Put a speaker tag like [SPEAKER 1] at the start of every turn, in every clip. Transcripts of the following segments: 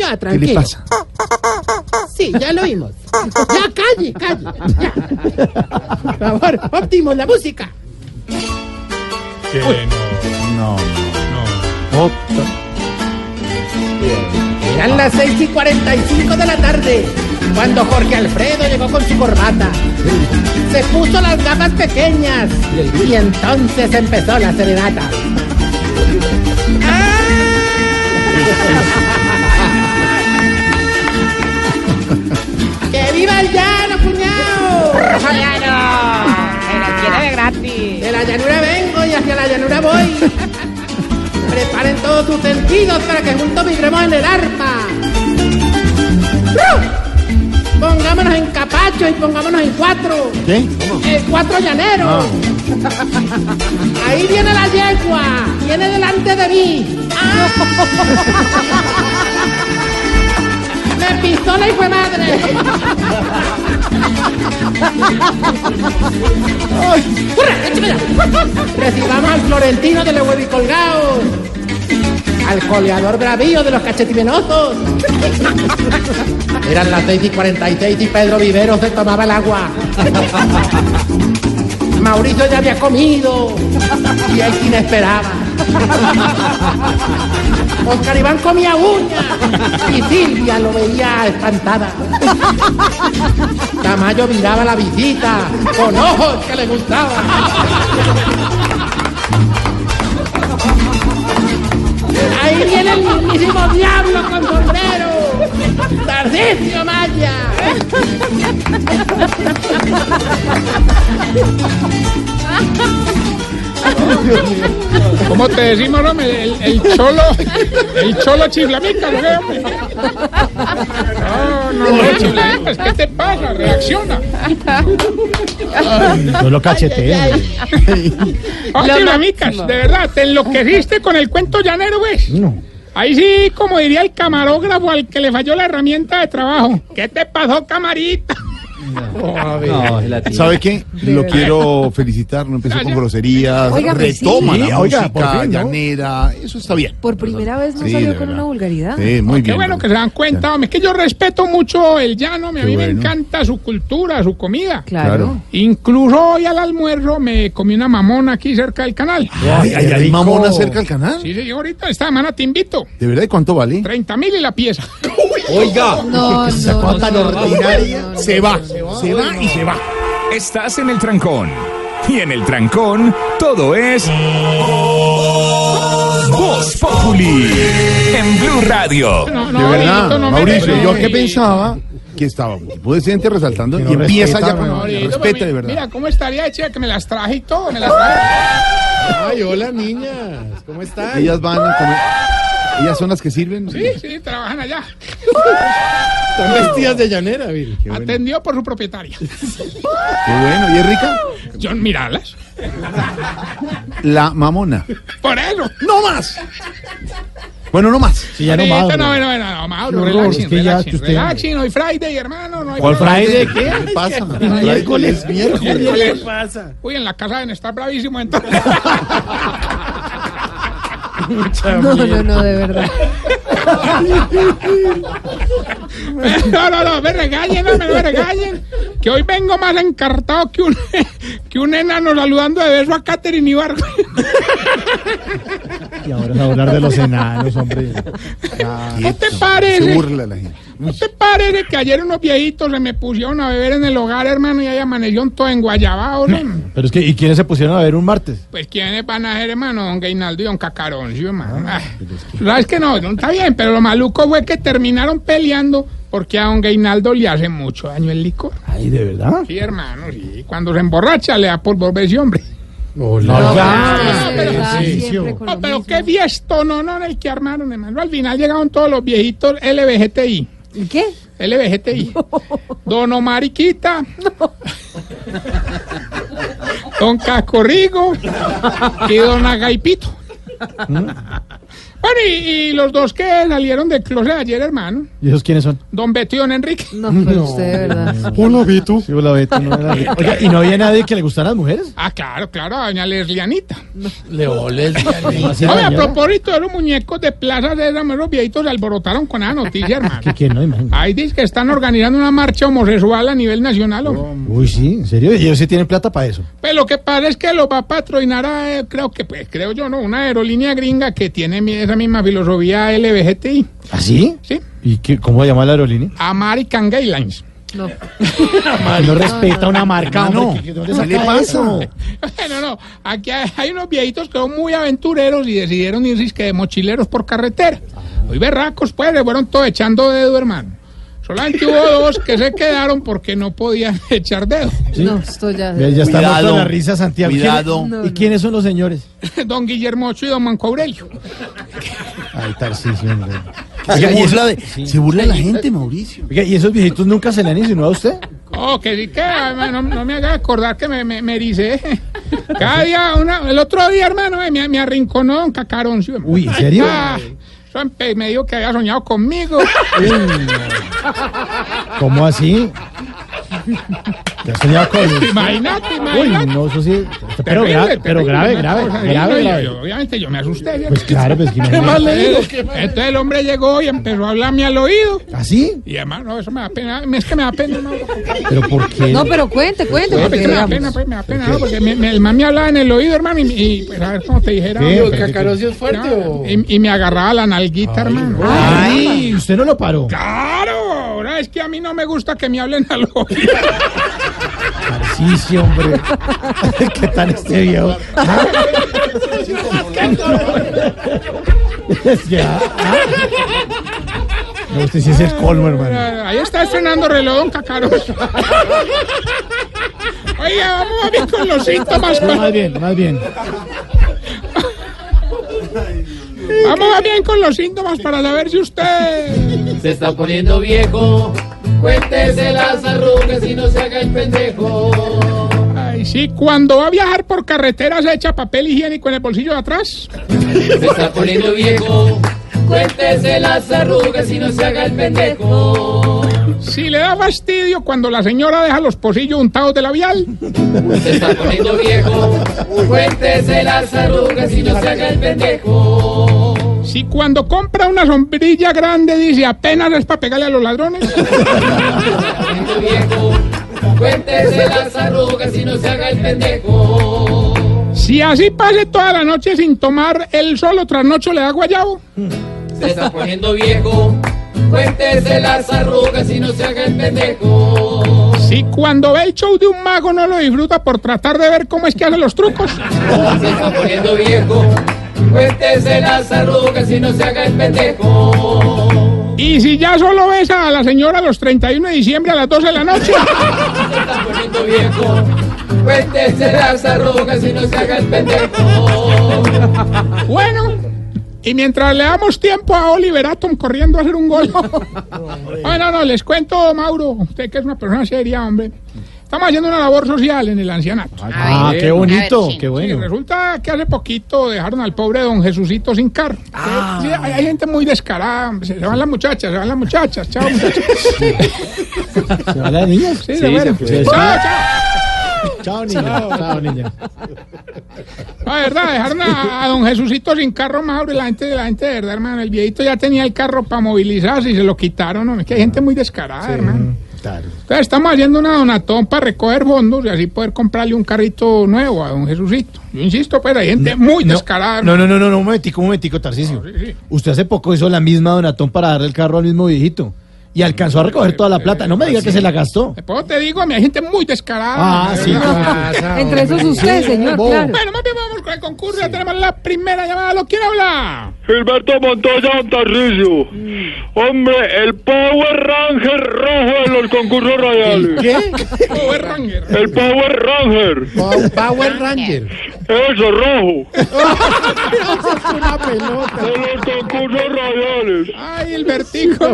[SPEAKER 1] Ya,
[SPEAKER 2] ¿Qué
[SPEAKER 1] tranquilo.
[SPEAKER 2] le pasa?
[SPEAKER 1] Sí, ya lo vimos. Ya, calle, calle. Ya. Por favor, Optimus, la música.
[SPEAKER 3] Que no,
[SPEAKER 2] Eh, No,
[SPEAKER 3] no.
[SPEAKER 2] no. Otra.
[SPEAKER 1] Eran las 6 y 45 de la tarde cuando Jorge Alfredo llegó con su corbata. Se puso las gafas pequeñas y entonces empezó la serenata. ¡Ah! ¡Que viva el llano, cuñado! De la llanura vengo y hacia la llanura voy. Preparen todos sus sentidos para que juntos vibremos en el arpa. ¡Ru! Pongámonos en capacho y pongámonos en cuatro.
[SPEAKER 2] ¿Qué? Ah. ¿Cómo?
[SPEAKER 1] El cuatro llanero. Ahí viene la yegua. Viene delante de mí. ¡Ah! Me pisó la hijo de madre.
[SPEAKER 2] Ay,
[SPEAKER 1] ¡Hurra! ¡Échemela! Recibamos al florentino de los huevicolgaos, al coleador bravío de los cachetimenosos. Eran las 6 y 46 y Pedro Viveros se tomaba el agua. Mauricio ya había comido y él sin esperaba. Oscar Iván comía uña y Silvia lo veía espantada. Tamayo miraba la visita con ojos que le gustaban. Ahí viene el mismísimo diablo con sombrero. Tarcisio Maya.
[SPEAKER 3] ¿Cómo te decimos, no? El, el- el cholo, el cholo chiflamica, ¿no? hombre? No, no, no, chiflamicas, ¿qué te pasa? Reacciona.
[SPEAKER 2] no lo cachetees.
[SPEAKER 3] Oh, chiflamicas, de verdad, te enloqueciste con el cuento llanero, ¿ves?
[SPEAKER 2] No.
[SPEAKER 3] Ahí sí, como diría el camarógrafo al que le falló la herramienta de trabajo. ¿Qué te pasó, camarita?
[SPEAKER 2] ¿Sabe qué? Lo quiero felicitar. No empezó con
[SPEAKER 3] Gracias.
[SPEAKER 2] groserías.
[SPEAKER 4] Oiga, pues sí.
[SPEAKER 2] retoma
[SPEAKER 4] Sí,
[SPEAKER 2] la
[SPEAKER 5] oiga,
[SPEAKER 2] música
[SPEAKER 5] por fin, ¿no?
[SPEAKER 2] llanera. Eso está bien.
[SPEAKER 4] Por primera vez no
[SPEAKER 2] Sí,
[SPEAKER 4] salió
[SPEAKER 2] de
[SPEAKER 4] con
[SPEAKER 2] verdad.
[SPEAKER 4] una vulgaridad.
[SPEAKER 2] Sí, muy
[SPEAKER 3] Qué
[SPEAKER 2] bien.
[SPEAKER 3] bueno que se dan cuenta, hombre. Es que yo respeto mucho el llano, hombre, a
[SPEAKER 2] Qué
[SPEAKER 3] mí me
[SPEAKER 2] bueno.
[SPEAKER 3] encanta su cultura, su comida.
[SPEAKER 4] Claro.
[SPEAKER 3] Incluso hoy al almuerzo me comí una mamona aquí cerca del canal.
[SPEAKER 2] Ay, ay, ay,
[SPEAKER 5] Rico.
[SPEAKER 2] mamona cerca al canal.
[SPEAKER 3] Sí, señorita, esta semana te invito.
[SPEAKER 2] ¿De verdad? ¿Y cuánto vale?
[SPEAKER 3] 30 mil y la pieza.
[SPEAKER 5] Oiga,
[SPEAKER 4] No, no, no,
[SPEAKER 2] Tan
[SPEAKER 4] no, no,
[SPEAKER 2] ordinaria.
[SPEAKER 4] no, no.
[SPEAKER 2] se va. Se va y se va.
[SPEAKER 6] Estás en el trancón. Y en el trancón, todo es. Voz Populi. En Blue Radio.
[SPEAKER 3] No,
[SPEAKER 2] De verdad,
[SPEAKER 3] Maurito, no me
[SPEAKER 2] Mauricio,
[SPEAKER 3] des-
[SPEAKER 2] yo
[SPEAKER 3] no,
[SPEAKER 2] que
[SPEAKER 3] eh,
[SPEAKER 2] pensaba que estaba gente resaltando y empieza ya con
[SPEAKER 3] Maurito,
[SPEAKER 2] respete
[SPEAKER 3] pero
[SPEAKER 2] de
[SPEAKER 3] mi-
[SPEAKER 2] verdad.
[SPEAKER 3] Mira, ¿cómo estaría hecha que me las traje y todo? Me las traje.
[SPEAKER 2] Ay, hola niñas, ¿cómo están? Ellas van a comer. Ellas son las que sirven.
[SPEAKER 3] Sí, sí, trabajan allá.
[SPEAKER 2] Están vestidas de llanera, Bill. Qué bueno.
[SPEAKER 3] Atendido por su propietaria.
[SPEAKER 2] Qué bueno. ¿Y es rica?
[SPEAKER 3] John, miralas.
[SPEAKER 2] La mamona.
[SPEAKER 3] Por eso.
[SPEAKER 2] ¡No más! Bueno, no más.
[SPEAKER 5] si ya no
[SPEAKER 3] Maurito,
[SPEAKER 5] más.
[SPEAKER 3] no, no, no, no, Mauro,
[SPEAKER 5] Qué horror,
[SPEAKER 3] relaxing,
[SPEAKER 5] es que ya
[SPEAKER 3] relaxing,
[SPEAKER 5] usted-
[SPEAKER 3] relaxing. Hoy Friday, hermano, no hay
[SPEAKER 5] ¿Cuál
[SPEAKER 3] problema.
[SPEAKER 5] Friday?
[SPEAKER 2] ¿Qué
[SPEAKER 5] ¿Qué?
[SPEAKER 2] le pasa? Miércoles, miércoles.
[SPEAKER 3] ¿Qué le pasa? Uy, en la casa deben estar bravísimos entonces.
[SPEAKER 4] No, no, no, de verdad.
[SPEAKER 3] No, no, no, me regañen, no, me, no me regañen. Que hoy vengo más encartado que un, que un enano saludando de beso a Catherine Ibargo.
[SPEAKER 5] Y ahora es hablar de los enanos, hombre.
[SPEAKER 3] ¿Qué te
[SPEAKER 2] Se
[SPEAKER 3] parece?
[SPEAKER 2] burla la gente.
[SPEAKER 3] ¿No te parece que ayer unos viejitos se me pusieron a beber en el hogar, hermano, y ahí amanecieron todos en Guayabao, ¿no?
[SPEAKER 5] Pero es que, ¿y quiénes se pusieron a ver un martes?
[SPEAKER 3] Pues quiénes van a ser, hermano, don Gainaldo y don Cacarón, ¿sí, hermano?
[SPEAKER 5] Ah,
[SPEAKER 3] Ah. Ay, Sabes que no, no está bien, pero lo maluco fue que terminaron peleando porque a don Gainaldo le hace mucho daño el licor.
[SPEAKER 5] Ay, ¿de verdad?
[SPEAKER 3] Sí, hermano, sí. Cuando se emborracha le da por volverse hombre.
[SPEAKER 5] No,
[SPEAKER 3] Ah,
[SPEAKER 5] ya.
[SPEAKER 3] pero-
[SPEAKER 5] ejercicio.
[SPEAKER 3] No,
[SPEAKER 4] con lo
[SPEAKER 3] Ah, pero
[SPEAKER 4] mismo.
[SPEAKER 3] qué fiesta, no, no, el que armaron, hermano. Al final llegaron todos los viejitos LBGTI.
[SPEAKER 4] ¿Y ¿Qué?
[SPEAKER 3] LBGTI. Don Omariquita. Don Cascorrigo. Y Don Agaipito. Bueno, y, y los dos que salieron del closet ayer, hermano.
[SPEAKER 5] ¿Y esos quiénes son?
[SPEAKER 3] Don Beto y Don Enrique.
[SPEAKER 4] No, pero usted, de verdad.
[SPEAKER 5] Uno vi tú. Sí, hola, Beto, no era rico. Oiga, ¿y no había nadie que le gustaran las mujeres?
[SPEAKER 3] Ah, claro, claro, a doña Leslianita.
[SPEAKER 5] Así
[SPEAKER 3] Oye, a
[SPEAKER 5] la señora.
[SPEAKER 3] propósito de los muñecos de Plaza de los viejitos se alborotaron con esa noticia, hermano.
[SPEAKER 5] Que quién, no imagino.
[SPEAKER 3] Ahí dice que están organizando una marcha homosexual a nivel nacional. hombre.
[SPEAKER 5] Uy, sí, en serio. Y ellos sí tienen plata para eso.
[SPEAKER 3] Pero lo que pasa es que lo va a patrocinar a, eh, creo que, pues, creo yo, ¿no? Una aerolínea gringa que tiene mi- esa misma filosofía LBGTI,
[SPEAKER 5] ¿Así?
[SPEAKER 3] ¿sí?
[SPEAKER 5] ¿Y qué, cómo se llama la aerolínea?
[SPEAKER 3] American Guidelines.
[SPEAKER 4] No.
[SPEAKER 5] No respeta una marca, no. ¿Dónde saca eso?
[SPEAKER 3] Bueno, no, aquí hay, hay unos viejitos que son muy aventureros y decidieron irse que de mochileros por carretera. Hoy berracos, pues, le fueron todos echando dedo, hermano. Solamente hubo dos que se quedaron porque no podían echar dedo.
[SPEAKER 4] No, esto ya.
[SPEAKER 5] Ya, ya está
[SPEAKER 7] Cuidado.
[SPEAKER 5] muerto la risa, Santiago. ¿Quién-
[SPEAKER 7] Cuidado.
[SPEAKER 4] No,
[SPEAKER 5] ¿Y
[SPEAKER 4] no.
[SPEAKER 5] quiénes son los señores?
[SPEAKER 3] Don Guillermo Ocho y Don Manco Aurelio.
[SPEAKER 5] Ay, Tarcisio, hombre.
[SPEAKER 7] Oiga, y eso- Se burla la gente, Mauricio.
[SPEAKER 5] Oiga, ¿y esos viejitos nunca se le han insinuado a usted?
[SPEAKER 3] Oh, que sí que ay, no, no me haga acordar que me, me, me ericé. Cada día, una- el otro día, hermano, eh, me, me arrinconó un cacarón. sí, hermano.
[SPEAKER 5] Uy, ¿en serio?
[SPEAKER 3] Ah, eso empe- me dijo que había soñado conmigo.
[SPEAKER 5] ¿Cómo así? ¿Te has soñado con
[SPEAKER 3] Imagínate,
[SPEAKER 5] Uy,
[SPEAKER 3] imagínate.
[SPEAKER 5] no, eso sí. Pero,
[SPEAKER 3] Terrible,
[SPEAKER 5] grave, pero
[SPEAKER 3] terrible,
[SPEAKER 5] grave,
[SPEAKER 3] una
[SPEAKER 5] grave,
[SPEAKER 3] cosa.
[SPEAKER 5] grave,
[SPEAKER 3] Y no,
[SPEAKER 5] grave.
[SPEAKER 3] yo- yo- obviamente yo me asusté.
[SPEAKER 5] Pues claro, pues que
[SPEAKER 3] Entonces,
[SPEAKER 5] imagínate.
[SPEAKER 3] Entonces el hombre llegó y empezó a hablarme al oído.
[SPEAKER 5] ¿Así?
[SPEAKER 3] Y además, no, eso me da pena. Es que me da pena, no.
[SPEAKER 5] ¿Pero por qué?
[SPEAKER 4] No, pero cuente, cuente.
[SPEAKER 3] No,
[SPEAKER 4] porque
[SPEAKER 3] pues, que me da
[SPEAKER 4] digamos,
[SPEAKER 3] pena, pues, me da pena, ¿no? Porque me- me- el man me hablaba en el oído, hermano, y, y, pues a ver cómo te dijera.
[SPEAKER 5] ¿Qué?
[SPEAKER 3] hombre.
[SPEAKER 5] ¿Pero qué-
[SPEAKER 2] ¿Cacarosio es fuerte o...?
[SPEAKER 3] Y, y me agarraba la nalguita, hermano.
[SPEAKER 5] Ay, usted no lo paró.
[SPEAKER 3] ¡Claro! Ahora es que a mí no me gusta que me hablen al oído.
[SPEAKER 5] Sí, sí, hombre. ¿Qué tal este viejo? ¿Ah? Ya, ah. No, usted sí es el colmo, hermano.
[SPEAKER 3] Ahí está estrenando reloj, don Cacaroso. Oye, vamos a ver con los síntomas.
[SPEAKER 5] No, más
[SPEAKER 3] pa-
[SPEAKER 5] bien, más bien.
[SPEAKER 3] Vamos a bien con los síntomas para saber si usted.
[SPEAKER 8] Se está poniendo viejo. Cuéntese las arrugas y no se haga el pendejo.
[SPEAKER 3] Ay, sí, cuando va a viajar por carretera se echa papel higiénico en el bolsillo de atrás.
[SPEAKER 8] Se está poniendo viejo. Cuéntese las arrugas y no se haga el pendejo.
[SPEAKER 3] Si le da fastidio cuando la señora deja los pocillos untados de labial.
[SPEAKER 8] Se está poniendo viejo. Cuéntese las arrugas y no se haga el pendejo.
[SPEAKER 3] Si cuando compra una sombrilla grande dice apenas es para pegarle a los ladrones.
[SPEAKER 8] Se está poniendo viejo. Cuéntese las arrugas y no se haga el pendejo.
[SPEAKER 3] Si así pase toda la noche sin tomar el solo trasnocho le da guayabo.
[SPEAKER 8] Se está poniendo viejo. Cuéntese las arrugas y no se haga el pendejo.
[SPEAKER 3] Si cuando ve el show de un mago no lo disfruta por tratar de ver cómo es que hace los trucos.
[SPEAKER 8] Se está poniendo viejo. Cuéntese las arrugas y no se haga el pendejo.
[SPEAKER 3] Y si ya solo ves a la señora los 31 de diciembre a las 12 de la noche.
[SPEAKER 8] Se está poniendo viejo. Cuéntese las arrugas y no se haga el pendejo.
[SPEAKER 3] Bueno, y mientras le damos tiempo a Oliver Atom corriendo a hacer un gol. Ah, no, no, les cuento, Mauro, usted que es una persona seria, hombre. Estamos haciendo una labor social en el ancianato.
[SPEAKER 5] Ah, qué bonito, qué
[SPEAKER 3] Y
[SPEAKER 5] bueno.
[SPEAKER 3] resulta que hace poquito dejaron al pobre don Jesucito sin carro. Sí, hay, hay gente muy descarada. hombre. Se, se van las muchachas, se van las muchachas. Chao, muchachas.
[SPEAKER 5] ¿Se va la niña?
[SPEAKER 3] Sí, se fueron.
[SPEAKER 5] fue. Chao,
[SPEAKER 3] Chao, chao.
[SPEAKER 5] niña. Chao, niña.
[SPEAKER 3] La verdad, dejaron a, a don Jesucito sin carro, Mauro, y la gente, la gente de verdad, hermano. El viejito ya tenía el carro para movilizarse y se lo quitaron. hombre. Es que hay gente muy descarada, hermano.
[SPEAKER 5] Claro.
[SPEAKER 3] Entonces estamos haciendo una donatón para recoger fondos y así poder comprarle un carrito nuevo a don Jesucito. Yo insisto, pero hay gente muy
[SPEAKER 5] No,
[SPEAKER 3] descarada.
[SPEAKER 5] No, no, no, no, no, un momentico, un momentico, Tarcisio.
[SPEAKER 1] Ah,
[SPEAKER 3] No, sí, sí.
[SPEAKER 5] Usted hace poco hizo la misma donatón para darle el carro al mismo viejito. Y alcanzó a recoger toda la
[SPEAKER 1] Eh,
[SPEAKER 5] plata. No me diga que se la gastó.
[SPEAKER 3] Después te digo, a mí hay gente muy descarada.
[SPEAKER 5] Ah,
[SPEAKER 3] de
[SPEAKER 5] sí.
[SPEAKER 3] verdad.
[SPEAKER 4] Entre esos usted, señor,
[SPEAKER 5] bobo.
[SPEAKER 4] claro.
[SPEAKER 3] Bueno, más bien vamos con el concurso. Ya tenemos la primera llamada. ¿Lo quiere hablar?
[SPEAKER 8] Gilberto Montoya Antarrillo.
[SPEAKER 6] Hombre, el Power Ranger rojo de los concursos radiales.
[SPEAKER 3] ¿Qué? Power Ranger.
[SPEAKER 6] El Power Ranger.
[SPEAKER 3] Power Ranger.
[SPEAKER 6] Eso, rojo.
[SPEAKER 3] es una pelota.
[SPEAKER 6] De los concursos radiales.
[SPEAKER 3] Ay, el vertigo.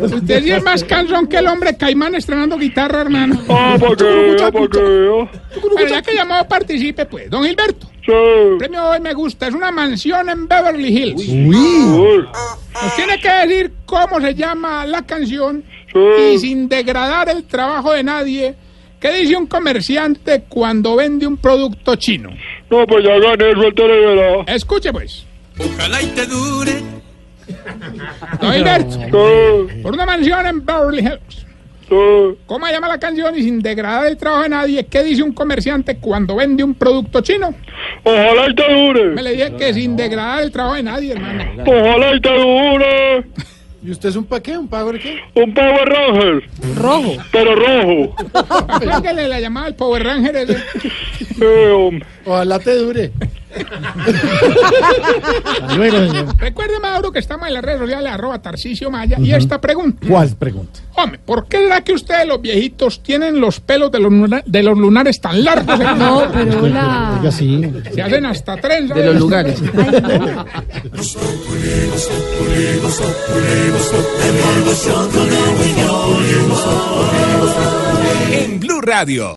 [SPEAKER 3] Usted sí es más calzón que el hombre caimán estrenando guitarra, hermano.
[SPEAKER 6] Ah, para que vea, para que ah. vea.
[SPEAKER 3] Bueno, ya que llamó, participe, pues. Don Gilberto. El
[SPEAKER 6] Sí.
[SPEAKER 3] premio hoy me gusta. Es una mansión en Beverly Hills.
[SPEAKER 6] Uy.
[SPEAKER 3] Nos tiene que decir cómo se llama la canción
[SPEAKER 6] Sí.
[SPEAKER 3] y sin degradar el trabajo de nadie. ¿Qué dice un comerciante cuando vende un producto chino?
[SPEAKER 6] No, pues ya gané, suéltale de la.
[SPEAKER 3] Escuche pues.
[SPEAKER 9] Ojalá y te dure.
[SPEAKER 3] Don Gilberto,
[SPEAKER 6] Sí,
[SPEAKER 3] por una mansión en Beverly Hills.
[SPEAKER 6] sí.
[SPEAKER 3] ¿Cómo se llama la canción y sin degradar el trabajo de nadie? ¿Qué dice un comerciante cuando vende un producto chino?
[SPEAKER 6] Ojalá y te
[SPEAKER 3] Me
[SPEAKER 6] dure.
[SPEAKER 3] le dije que sin degradar el trabajo de nadie, hermano.
[SPEAKER 6] Ojalá y te dure.
[SPEAKER 1] ¿Y usted es un pa' qué? ¿Un power qué?
[SPEAKER 6] Un Power Ranger,
[SPEAKER 4] Rojo.
[SPEAKER 6] pero rojo.
[SPEAKER 3] Apláquele la llamada al Power Ranger ese.
[SPEAKER 6] Sí, hombre.
[SPEAKER 1] Ojalá te dure.
[SPEAKER 3] Recuerde, Mauro, que estamos en las redes sociales, arroba Tarcicio Maya, y esta pregunta.
[SPEAKER 2] ¿Cuál pregunta?
[SPEAKER 3] Hombre, ¿por qué es la que ustedes los viejitos tienen los pelos de los, luna- de los lunares tan largos?
[SPEAKER 4] No, pero hola.
[SPEAKER 2] Oiga, sí.
[SPEAKER 3] Se hacen hasta trenzas.
[SPEAKER 9] De los lugares.
[SPEAKER 10] En Blue Radio.